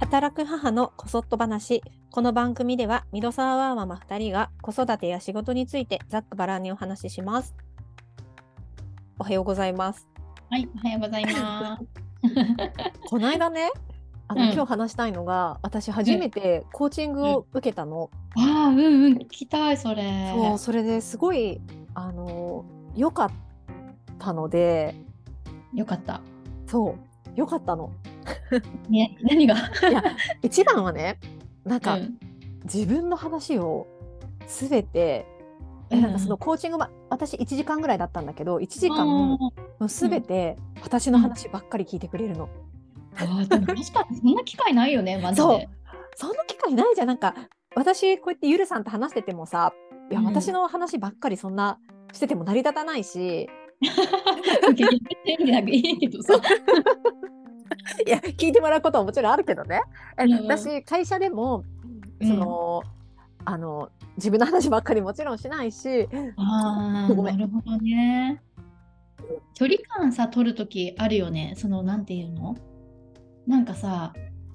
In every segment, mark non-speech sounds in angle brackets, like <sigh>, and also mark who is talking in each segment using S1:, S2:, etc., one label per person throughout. S1: 働く母のこそっと話この番組ではミドサワーママ2人が子育てや仕事についてざっくばらんにお話ししますおはようございます
S2: はい、おはようござい <laughs> ます。
S1: この間
S2: <laughs>
S1: ねあの、
S2: うん
S1: 今日話したいのが私初めてコーチングを受けたの、
S2: ああ、うんうん、聞きたい、それ。
S1: そうそれですごいあの良かったので
S2: よかった。
S1: そう良かったの
S2: ね、何が。 <laughs>
S1: 一番はねなんか、
S2: うん
S1: 自分の話をすべてえなんかそのコーチングは私1時間ぐらいだったんだけど1時間
S2: あ
S1: すべて私の話ばっかり聞いてくれるの、
S2: ーあー、でも確かにそんな機会ないよね、マジで。
S1: そうそんな機会ないじゃんなんか私こうやってゆるさんと話しててもさいや
S2: うん
S1: 私の話ばっかりそんなしてても成り立たないし、
S2: 受け入れてなんかいいけどさ。
S1: いや聞いてもらうことはもちろんあるけどね、え
S2: うん
S1: 私会社でも
S2: うん
S1: その、あの自分の話ばっかりもちろんしないし
S2: ああ、
S1: ごめ
S2: なんるほどね。距離感さ、取るときあるよね。その、なんていうのなんかさ、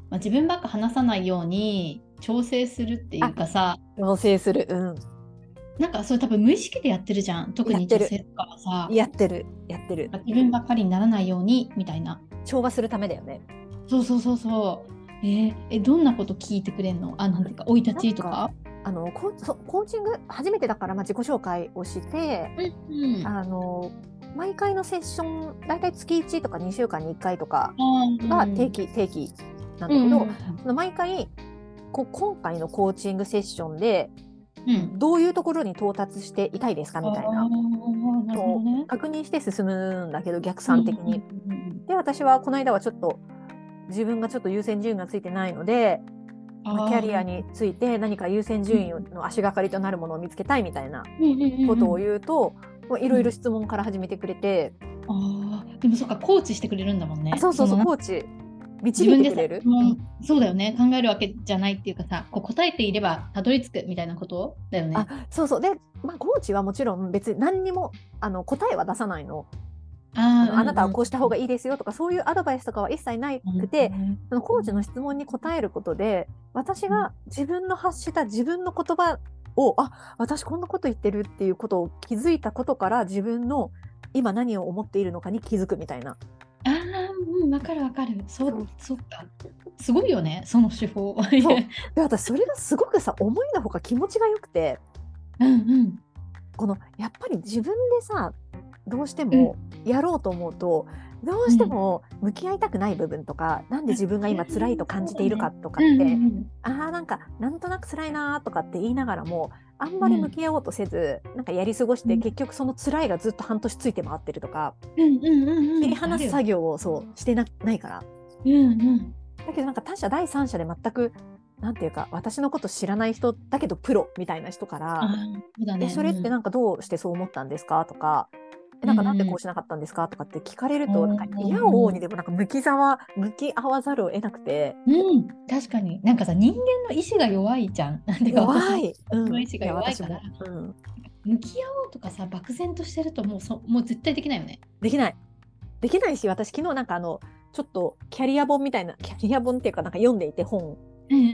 S2: まあ、自分ばっか話さないように調整するっていうかさ、
S1: 調整する、う
S2: なんかそれ多分無意識でやってるじゃん。特に
S1: やって
S2: 女
S1: る
S2: 性とかはさ
S1: ん、。やってるやってる
S2: 自分ばっかりにならないようにみたいな
S1: 調和するためだよね
S2: そうそうそうそうえーえどんなこと聞いてくれんのあなんていうか生い立ちとか
S1: あのコーそうコーチング初めてだから、まあ、自己紹介をして、
S2: うんうんあ
S1: あの毎回のセッション大体月1とか2週間に1回とか
S2: ー
S1: が定期、定期なんだ
S2: うん
S1: け
S2: うん
S1: ど、その毎回こ今回のコーチングセッションで
S2: うん
S1: どういうところに到達していたいですかみたい
S2: あ
S1: な
S2: ーなるほどね
S1: 確認して進むんだけど逆算的に。
S2: うんうんうん
S1: で私はこの間はちょっと自分がちょっと優先順位がついてないので、まあ
S2: あー
S1: キャリアについて何か優先順位の足がかりとなるものを見つけたいみたいな
S2: うんうんうんうん
S1: ことを言うと、もういろいろ質問から始めてくれて、
S2: あーでもそっかコーチしてくれるんだもんね
S1: あそうそうそう
S2: の
S1: コーチ導いてくれる
S2: 自分でさ、うんそうだよね考えるわけじゃないっていうかさこう答えていればたどり着くみたいなことだよね
S1: あそうそうで、まあ、コーチはもちろん別に何にもあの答えは出さないの、あ
S2: あ
S1: のあなたはこうした方が
S2: い
S1: いいですよとかそういうアドバイスとかは一切なくて、そのコーチの質問に答えることで私が自分の発した自分の言葉をあ私こんなこと言ってるっていうことを気づいたことから自分の今何を思っているのかに気づくみたいな
S2: ああ、うん、わかるわかる。そ
S1: そう
S2: う、そっか。すごいよね、その手法。う <laughs>
S1: うで私それがすごくさ思いのほか気持ちがよくて。
S2: ん
S1: このやっぱり自分でさどうしてもやろうと思うと、どうしても向き合いたくない部分とか、なんで自分が今辛いと感じているかとか
S2: う
S1: って、
S2: ん。うん。
S1: あーなんかなんとなく辛いなーとかって言いながらもあんまり向き合おうとせず、なんかやり過ごして、
S2: うん
S1: 結局その辛いがずっと半年ついて回ってるとか、
S2: うんうんうんうん。
S1: 切り離す
S2: あ
S1: 作業をそうしてなないから
S2: るよ。うんうん。
S1: だけどなんか他者第三者で全くなんていうか私のこと知らない人だけどプロみたいな人から。
S2: あーそうだ
S1: え
S2: ね。
S1: それってなんかどうしてそう思ったんですかとか、えなんかなんでこうしなかったんですかとかって聞かれると、
S2: うん
S1: なんか嫌を応にでもなんか向きざわ向き合わざるを得なくて
S2: うん、うん、確かに。なんかさ、人間の意志が弱いじゃん。 <laughs> なんていうか
S1: 弱い、う
S2: の
S1: ん、
S2: 意志が弱いから
S1: や私もうん、
S2: 向き合おうとかさ、漠然としてるともうそもう絶対できないよね。
S1: できないできないし私昨日なんかあのちょっとキャリア本みたいなキ <laughs> ャリア本っていうかなんか読んでいて本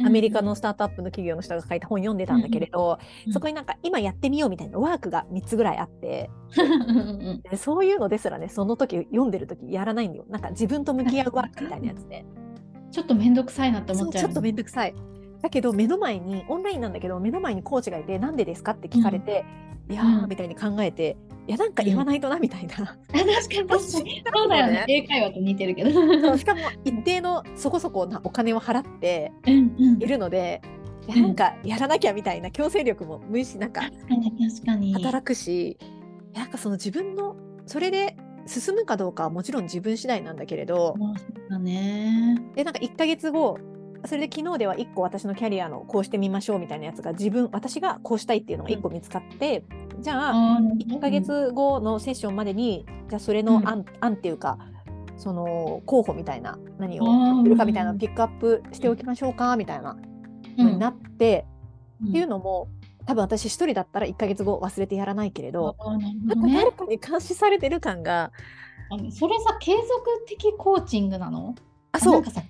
S1: アメリカのスタートアップの企業の人が書いた本読んでたんだけれど、
S2: うん
S1: そこになんか今やってみようみたいなワークが3つぐらいあって
S2: うんうんうん。
S1: でそういうのですらねその時読んでる時やらないんだよなんか自分と向き合うワークみたいなやつで、
S2: ちょっと面倒くさいなって
S1: そう
S2: 思っちゃ
S1: ちょ
S2: うよ
S1: っ
S2: ね。
S1: と面倒くさいだけど目の前にオンラインなんだけど目の前にコーチがいてなんでですかって聞かれて、いやー
S2: うん
S1: みたいに考えていやなんか言わないとなみたいな、
S2: あ <laughs> 確かに確かに。そうだよね。英会話と似てるけど。
S1: そうしかも一定のそこそこなお金を払って
S2: <laughs> うんうん
S1: い。るので、いや
S2: うん
S1: なんかやらなきゃみたいな強制力も無意識なんか
S2: 確かに確かに。
S1: 働くし、いやなんかその自分のそれで進むかどうかはもちろん自分次第なんだけれど、
S2: まあそうだね。
S1: でなんか1ヶ月後それで昨日では1個私のキャリアのこうしてみましょうみたいなやつが自分私がこうしたいっていうのが1個見つかって、じゃあ
S2: あ
S1: 1ヶ月後のセッションまでにじゃあそれの
S2: うん
S1: 案,、案っていうかその候補みたいな何を
S2: あー
S1: やるかみたいなのをピックアップしておきましょうかみたいなのになって、っていうのも多分私1人だったら1ヶ月後忘れてやらないけれど、
S2: あーなる
S1: なんか
S2: ほどね
S1: 誰かに監視されてる感が
S2: あのそれさ継続的コーチングなの
S1: あ
S2: な
S1: そうん
S2: かさ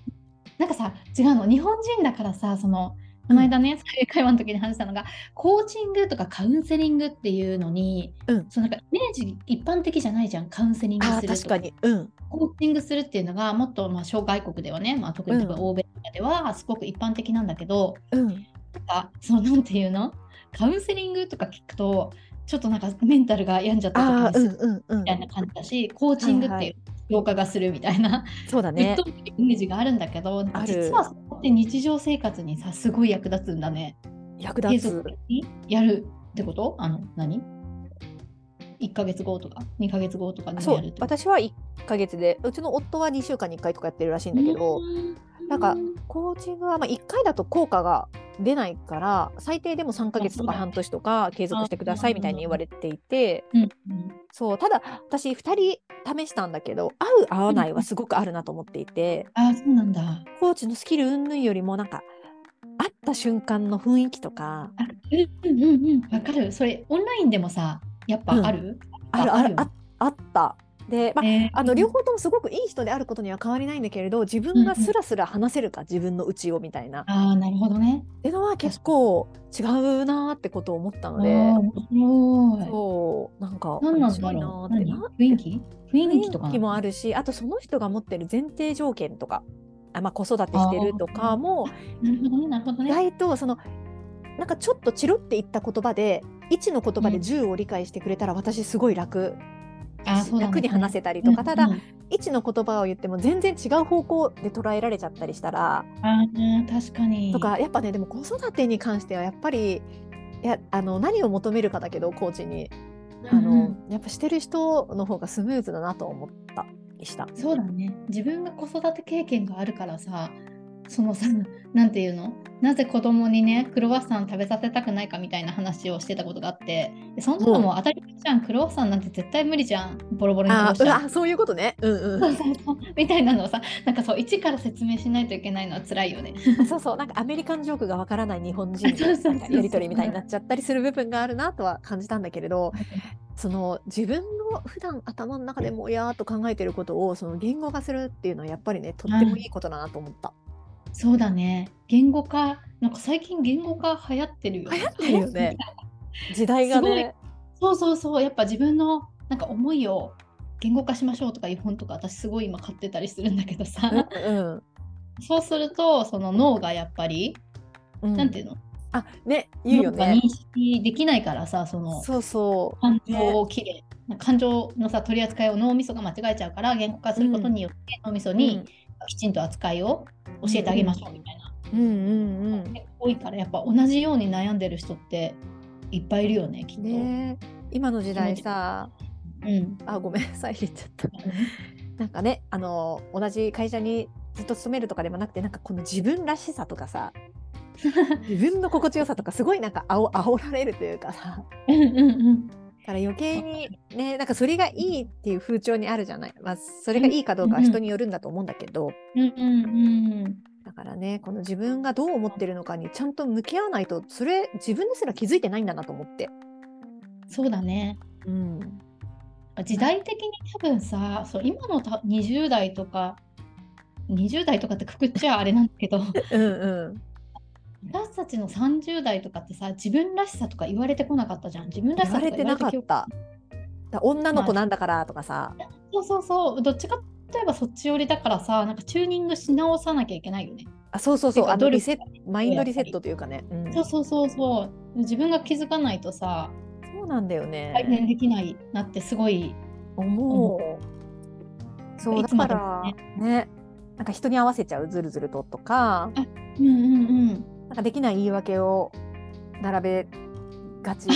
S2: なんかさ違うの日本人だからさそのこの間ね最会話の時に話したのがコーチングとかカウンセリングっていうのに、
S1: うん
S2: そのなんかイメージ一般的じゃないじゃんカウンセリング
S1: あ
S2: す
S1: ー
S2: る
S1: 確
S2: と
S1: かにうん
S2: コーチングするっていうのがもっとまあ諸外国ではね、まあ、特に特に欧米とかではすごく一般的なんだけど、
S1: うん
S2: なんかそのなんていうのカウンセリングとか聞くとちょっとなんかメンタルが病んじゃった時
S1: あ
S2: に
S1: ー
S2: す
S1: う
S2: る
S1: んうんうん
S2: みたいな感じだし、コーチングっていう浄化がするみたいな、
S1: そうだ
S2: ぶっ
S1: ね
S2: 飛ぶイメージがあるんだけど、なんか
S1: ある
S2: 実はそこって日常生活にさすごい役立つんだね。
S1: 役
S2: 継
S1: 立
S2: 続
S1: つ
S2: 的にやるってことあの何 ?1 ヶ月後とか2ヶ月後とかに
S1: そ
S2: やる
S1: う
S2: ってこと
S1: 私は1ヶ月でうちの夫は2週間に1回とかやってるらしいんだけど、なんかコーチングはまあ1回だと効果が出ないから最低でも3ヶ月とか
S2: あそうだ
S1: 半年とか継続してくださいみたいに言われていて
S2: うんうん
S1: そうただ私2人試したんだけど合う合わないはすごくあるなと思っていて
S2: あそうなんだ。
S1: コーチのスキル云々よりもなんか会った瞬間の雰囲気とか
S2: あうんうんうんわかる。それオンラインでもさやっぱある、
S1: あるある
S2: よね
S1: ああった。で、まあ
S2: えー
S1: あの両方ともすごくいい人であることには変わりないんだけれど自分がスラスラ話せるか自分の内をみたいなっ
S2: あーなるほどね。
S1: ていうのは結構違うなーってことを思った
S2: あ
S1: の
S2: ー
S1: で。
S2: 面白
S1: そうなんか
S2: い。何なん
S1: 面白
S2: だ
S1: い
S2: ろう。
S1: なーって
S2: 何
S1: な
S2: 雰囲気雰囲気と
S1: 雰囲
S2: かな
S1: 気
S2: の
S1: もあるしあとその人が持ってる前提条件とかあ、まあ、子育てしてるとかも
S2: なるほどね、なるほど
S1: 意
S2: ね。
S1: 外とそのなんかちょっとチロって言った言葉で1の言葉で
S2: うん
S1: 10を理解してくれたら私すごい楽、
S2: あそうだね
S1: 楽に話せたりとか、ただ
S2: うんうん
S1: 1の言葉を言っても全然違う方向で捉えられちゃったりしたら
S2: あー確かに。
S1: とかやっぱねでも子育てに関してはやっぱりいやあの何を求めるかだけどコーチにあ
S2: うんう
S1: の
S2: ん、
S1: やっぱしてる人の方がスムーズだなと思ったりした。
S2: そうだね。自分が子育て経験があるからさ、そのさ、 <laughs> なんていうのなぜ子供にね、クロワッサン食べさせたくないかみたいな話をしてたことがあって、でそんなのもう当たり前じゃん、クロワッサンなんて絶対無理じゃん、ボロボロに
S1: あ
S2: 倒し
S1: ーう
S2: ちゃう
S1: わそういうことね。うん
S2: <laughs> そうそうそうみたいなのをさ、なんかそう、一から説明しないといけないのは辛い
S1: <laughs>
S2: よね。
S1: うん。 <laughs> そうそうなんかアメリカンジョークがわからない日本人
S2: そうそうそう
S1: のなんかやり取りみたいになっちゃったりする部分があるなとは感じたんだけれど、 <laughs> その自分の普段頭の中でもやーっと考えてることをその言語化するっていうのはやっぱりねとってもいいことだなと思った。
S2: そうだね。言語化、なんか最近言語化流行ってるよね。
S1: 流行ってるよね。時代がね。
S2: そうそうそう、やっぱ自分のなんか思いを言語化しましょうとかいう本とか、私すごい今買ってたりするんだけどさ。
S1: うんうん
S2: そうするとその脳がやっぱり、
S1: うん。
S2: なんていうの
S1: あね言うよ
S2: 脳が認
S1: ね。
S2: 識できないからさその
S1: そうそ。
S2: 感情をきれい、感情のさ取り扱いを脳みそが間違えちゃうから言語化することによって、脳みそうにきちんと扱いを教えてあげましょうみたいな、
S1: うんうんうん。
S2: 結構多いからやっぱ同じように悩んでる人っていっぱいいるよねきっと。
S1: ねえ今の時代さ
S2: うん
S1: あごめんなさい言っちゃったなんかねあの同じ会社にずっと勤めるとかでもなくてなんかこの自分らしさとか
S2: <laughs>
S1: さ自分の心地よさとかすごいなんかあお煽られるというかさ
S2: うんうんうん
S1: だから余計にねなんかそれがいいっていう風潮にあるじゃない、まあ、それがいいかどうかは人によるんだと思うんだけど
S2: うんうんうん
S1: だからねこの自分がどう思ってるのかにちゃんと向き合わないとそれ自分ですら気づいてないんだなと思って。
S2: そうだね
S1: うん
S2: 時代的に多分さそう今のた20代とか20代とかってくくっちゃあれなんだ
S1: <laughs>
S2: けど
S1: うんうん、
S2: 私たちの30代とかってさ自分らしさとか言われてこなかったじゃん自分ら
S1: 言
S2: しさ
S1: わ
S2: と
S1: れ
S2: か
S1: てなかっ
S2: 記憶
S1: た。だ女の子なんだからとかさ、
S2: そうそうそうどっちかといえばそっち寄りだからさなんかチューニングし直さなきゃいけないよね、
S1: あそうそうそう
S2: てか
S1: あ
S2: 努
S1: の
S2: 力
S1: リセットマインドリセットというかね、うん
S2: そう
S1: そ
S2: そうそうそう自分が気づかないとさ
S1: うなんだよ
S2: 改善
S1: ね
S2: できないなってすごい
S1: 思う、そう
S2: い
S1: だ
S2: つま
S1: か
S2: で
S1: ら
S2: もね
S1: ねなんか人に合わせちゃうずるずるととか
S2: うんうんうん
S1: なんかできない言い訳を並べが <laughs> ち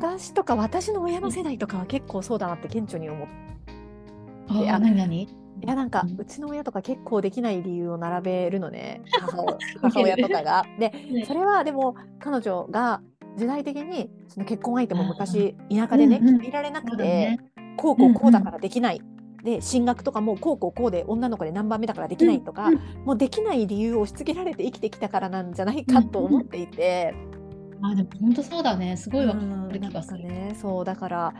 S1: 私とか私の親の世代とかは結構そうだなって顕著に思って
S2: あ
S1: い
S2: ー
S1: や
S2: 何何
S1: いやなんか
S2: うん
S1: うちの親とか結構できない理由を並べるのね母を <laughs> 母親とか
S2: <laughs>
S1: が。でそれはでも彼女が時代的にその結婚相手も昔田舎でね
S2: うんうん
S1: 決められな
S2: そ
S1: く
S2: う
S1: て
S2: だね
S1: こうこうこうだからできない。で進学とかもこうこうこうで女の子で何番目だからできないとか、
S2: うん
S1: もうできない理由を押し付けられて生きてきたからなんじゃないかと思っていて、
S2: あーでも本当そうだねすごいわか
S1: うん
S2: る気がす
S1: なん
S2: る
S1: かねそうだから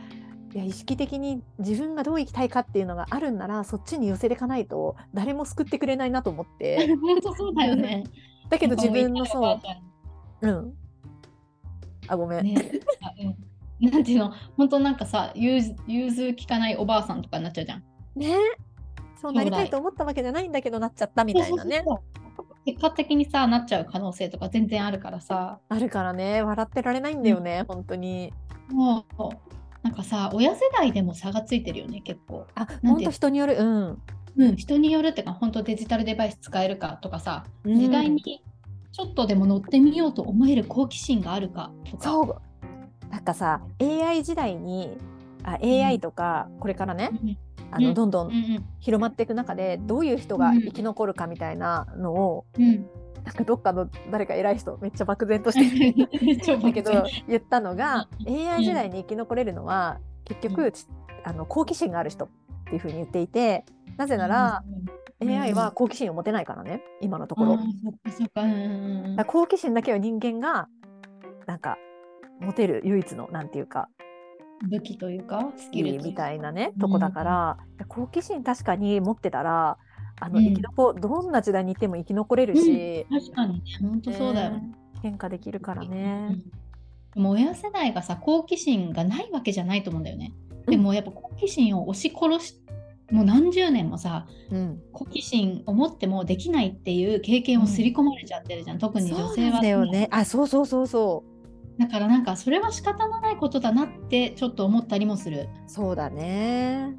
S1: いや意識的に自分がどう生きたいかっていうのがあるんならそっちに寄せていかないと誰も救ってくれないなと思っ
S2: <laughs>
S1: て
S2: 本当そうだよね。
S1: だけど自分の
S2: な
S1: そ
S2: んかも
S1: ううんあごめん、
S2: う一回おばあちゃんねあうんなんていうの本当なんかさ融通融通きかないおばあさんとかになっちゃうじゃん。
S1: ねそうなりたいと思ったわけじゃないんだけどなっちゃったみたいなね
S2: そうそうそう。結果的にさなっちゃう可能性とか全然あるからさ
S1: あるからね笑ってられないんだよね、本当に
S2: もうなんかさ親世代でも差がついてるよね結構。
S1: あ
S2: いうの
S1: 本当人によるうん
S2: うん、人によるってか本当デジタルデバイス使えるかとかさ
S1: うん
S2: 時代にちょっとでも乗ってみようと思える好奇心があるかとか。
S1: そうなんかさ AI 時代にあ AI とかこれからね、
S2: うん
S1: あ
S2: う
S1: の
S2: ん
S1: どんど
S2: うんん
S1: 広まっていく中でどういう人が生き残るかみたいなのを、
S2: う
S1: <laughs>
S2: んうん
S1: なんかどっかの誰か偉い人めっちゃ漠然として
S2: <laughs>
S1: る
S2: 超漠然
S1: だけど言ったのが
S2: う
S1: AI
S2: ん
S1: 時代に生き残れるのは結局ちあの好奇心がある人っていうふうに言っていてなぜなら、
S2: うん
S1: AI は好奇心を持てないからね今のところ。
S2: あーそっかそっかうんうんうん
S1: だから好奇心だけは人間がなんか持てる唯一のなんていうか
S2: 武器というかスキ
S1: い
S2: ル
S1: い
S2: という
S1: み
S2: か
S1: たいなね
S2: うん
S1: とこだから、好奇心確かに持ってたらあの
S2: うん
S1: 生き残、どんな時代にいても生き残れるし、
S2: 確かにね本当そうだよね。
S1: 変化できるから
S2: う
S1: ね
S2: ん。でも親世代がさ好奇心がないわけじゃないと思うんだよね。でもやっぱ好奇心を押し殺しもう何十年もさ
S1: うん、
S2: 好奇心を持ってもできないっていう経験を刷り込まれちゃってるじゃん、特に女
S1: そう
S2: 性
S1: な
S2: は
S1: んだよね。あ、そうそうそうそう。
S2: だからなんかそれは仕方のないことだなってちょっと思ったりもする
S1: そうだね。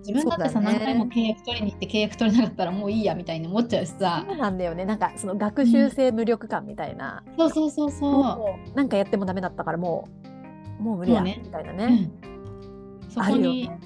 S2: 自分だって
S1: そ
S2: さ、
S1: うだね
S2: 何回も契約取りに行って契約取れなかったらもういいやみたいに思っちゃうしさ
S1: そうなんだよね。なんかその学習性無力感みたいな。
S2: そうそうそうそ
S1: もうなんかやってもダメだったからもうもう無理や、
S2: もうね
S1: みたいな
S2: う、
S1: ね。
S2: うん、そ
S1: あ
S2: こ
S1: るよ
S2: に、
S1: ね。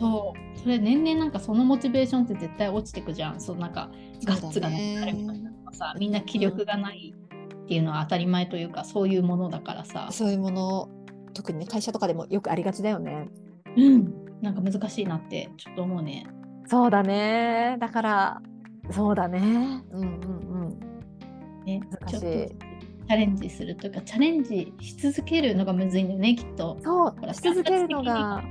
S2: そうそれ年々なんかそのモチベーションって絶対落ちてくじゃんそのなんかガッツがなくなるみたいなのがさみんな気力がないっていうのは当たり前というかそういうものだからさ、
S1: そういうもの特にね会社とかでもよくありがちだよね。
S2: うん、なんか難しいなってちょっと思うね。
S1: そうだね。だから、そうだね。うんうんうん。
S2: ね
S1: 難し
S2: ちょ
S1: い
S2: っとチャレンジするというかチャレンジし続けるのがむずいんだよねきっと
S1: そ
S2: ほ
S1: う、
S2: ら
S1: し続けるのが、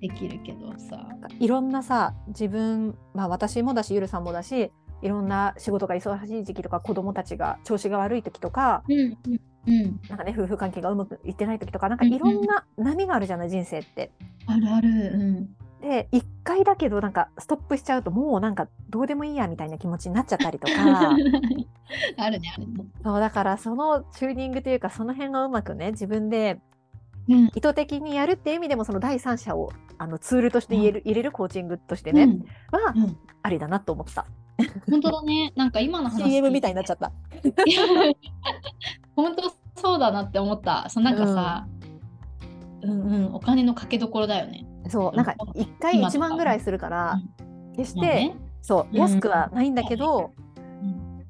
S2: できるけどさ。
S1: いろんなさ、自分、まあ私もだし、ゆるさんもだし、いろんな仕事が忙しい時期とか、子供たちが調子が悪い時とか、
S2: うんうん、
S1: なんかね、夫婦関係がうまくいってない時とか、なんか
S2: うんうん
S1: いろんな波があるじゃない、人生って。
S2: あるある、うん、
S1: で、一回だけど、なんかストップしちゃうと、もうなんかどうでもいいやみたいな気持ちになっちゃったりとか。
S2: <laughs> あるねあるね、
S1: そうだからそのチューニングというかその辺がうまくね自分で
S2: うん
S1: 意図的にやるっていう意味でもその第三者をあのツールとして言える、入れるコーチングとしてね、
S2: うん
S1: は
S2: うん、
S1: ありだなと思った
S2: 本当だねなんか今の話
S1: CM みたいになっち
S2: ゃ
S1: ゃった
S2: いや <laughs> 本当そうだなって思ったそのなんかさ、うん、うんお金のかけどころだよね。
S1: そうなんか一回
S2: 今とか
S1: 1万ぐらいするから決して、
S2: まあね
S1: そう
S2: うん
S1: 安くはないんだけど、
S2: うん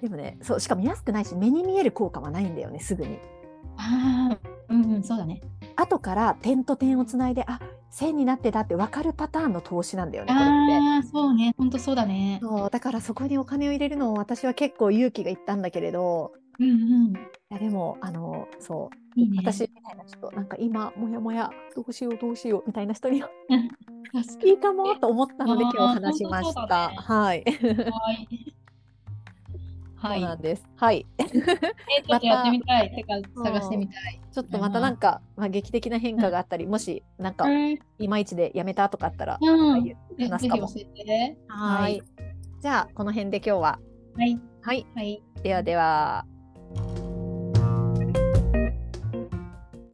S1: でもねそうしかも安くないし目に見える効果はないんだよねすぐに
S2: ああうんうんそうだね。
S1: 後から点と点をつないであ線になってたって分かるパターンの投資なんだよねこれって。
S2: ああそうね本当そうだね。
S1: そうだからそこにお金を入れるのを私は結構勇気がいったんだけれど
S2: うんうん
S1: いやでもあのそう
S2: いいね、
S1: 私みたいなちょっとなんか今もやもやどうしようどうしようみたいな人には
S2: <laughs> 確
S1: <laughs>
S2: か
S1: いいかもと思ったので
S2: あー
S1: 今日話しまし
S2: 本当そう
S1: た。
S2: だね
S1: はい、
S2: にはい。は。
S1: そうないんです。はい、
S2: えちょっとやってみたい。てか探してみたい。
S1: ちょっとまたなんか、まあ、劇的な変化があったり、もしなんか
S2: うん。
S1: いまいちでやめたとかあったら、
S2: うん
S1: ぜ
S2: えぜ
S1: 話
S2: ひ
S1: すかも
S2: 教えて。
S1: はい。じゃあこの辺で今日は
S2: はい。
S1: はい
S2: はい。
S1: ではでは。